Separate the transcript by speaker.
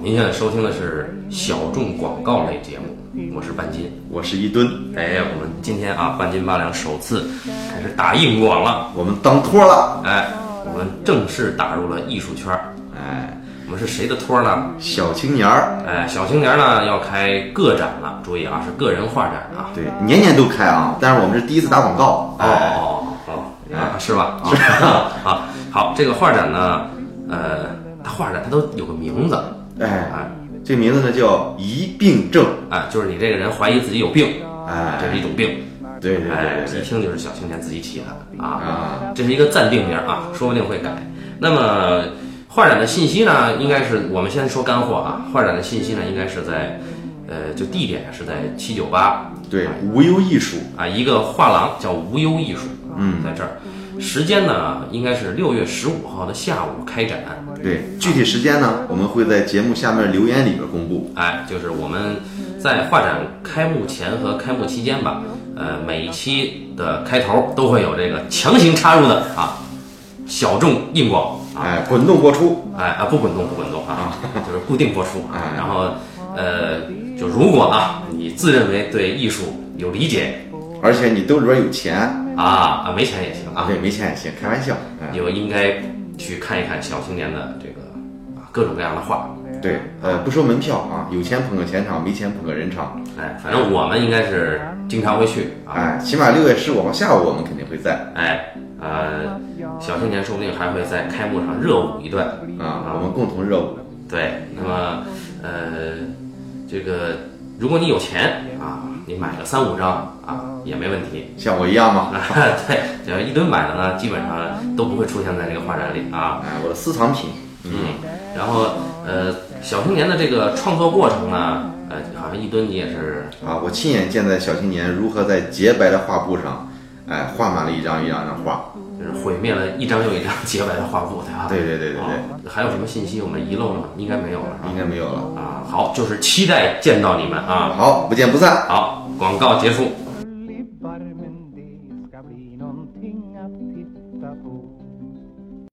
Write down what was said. Speaker 1: 您现在收听的是小众广告类节目，我是半斤。
Speaker 2: 我是一吨，
Speaker 1: 哎，我们今天啊，半斤八两首次开始打硬广了，
Speaker 2: 我们当托了。
Speaker 1: 哎，我们正式打入了艺术圈儿。
Speaker 2: 哎，
Speaker 1: 我们是谁的托呢？
Speaker 2: 小青年儿，
Speaker 1: 哎，小青年呢要开个展了，注意啊，是个人画展啊。
Speaker 2: 对，年年都开啊，但是我们是第一次打广告。
Speaker 1: 哦
Speaker 2: 哎，
Speaker 1: 哦哦哦，啊，是吧？啊啊， 好，这个画展呢，呃，它画展它都有个名字，
Speaker 2: 哎，
Speaker 1: 哎
Speaker 2: 这名字呢叫疑病症。
Speaker 1: 哎，就是你这个人怀疑自己有病，这是
Speaker 2: 哎，
Speaker 1: 一种病，
Speaker 2: 对对
Speaker 1: 哎，
Speaker 2: 对
Speaker 1: 一
Speaker 2: 对
Speaker 1: 听就是小青年自己起的
Speaker 2: 对
Speaker 1: 啊。
Speaker 2: 啊，
Speaker 1: 这是一个暂定名啊，说不定会改。那么画展的信息呢，应该是我们先说干货啊。画展的信息呢，应该是在，呃，就地点是在七九八
Speaker 2: 对，无忧艺术。
Speaker 1: 啊，一个画廊叫无忧艺术，
Speaker 2: 嗯，
Speaker 1: 在这儿。时间呢，应该是六月十五号的下午开展。
Speaker 2: 对，具体时间呢，我们会在节目下面留言里边公布。
Speaker 1: 哎，就是我们在画展开幕前和开幕期间吧，呃，每一期的开头都会有这个强行插入的啊，小众硬广啊。
Speaker 2: 哎，滚动播出。
Speaker 1: 哎啊，不滚动不滚动啊，就是固定播出啊
Speaker 2: 哎。
Speaker 1: 然后，呃，就如果啊，你自认为对艺术有理解
Speaker 2: 而且你兜里边有钱
Speaker 1: 啊啊，没钱也行嗯啊，
Speaker 2: 对，没钱也行，开玩笑。哎，
Speaker 1: 你就应该去看一看小青年的这个啊各种各样的画。
Speaker 2: 对，呃，不收门票啊，有钱捧个钱场，没钱捧个人场。
Speaker 1: 哎，反正我们应该是经常会去啊。
Speaker 2: 哎，起码六月十五号下午我们肯定会在
Speaker 1: 哎，呃，小青年说不定还会在开幕上热舞一段。
Speaker 2: 啊，我们共同热舞。
Speaker 1: 对，那么，呃，这个如果你有钱啊，你买个三五张啊也没问题。
Speaker 2: 像我一样吗？
Speaker 1: 啊，对，只要一吨买的呢，基本上都不会出现在这个画展里啊。
Speaker 2: 哎，我的私藏品。
Speaker 1: 嗯，然后呃，小青年的这个创作过程呢，呃，好像一吨你也是
Speaker 2: 啊，我亲眼见在小青年如何在洁白的画布上，哎，画满了一张一张的画。
Speaker 1: 就是毁灭了一张又一张洁白的画布，对吧？
Speaker 2: 对对对对
Speaker 1: 啊
Speaker 2: 对，
Speaker 1: 还有什么信息我们遗漏了？应该没有了
Speaker 2: 应该没有了。
Speaker 1: 啊。啊，好，就是期待见到你们啊。
Speaker 2: 好，不见不散。
Speaker 1: 好，广告结束。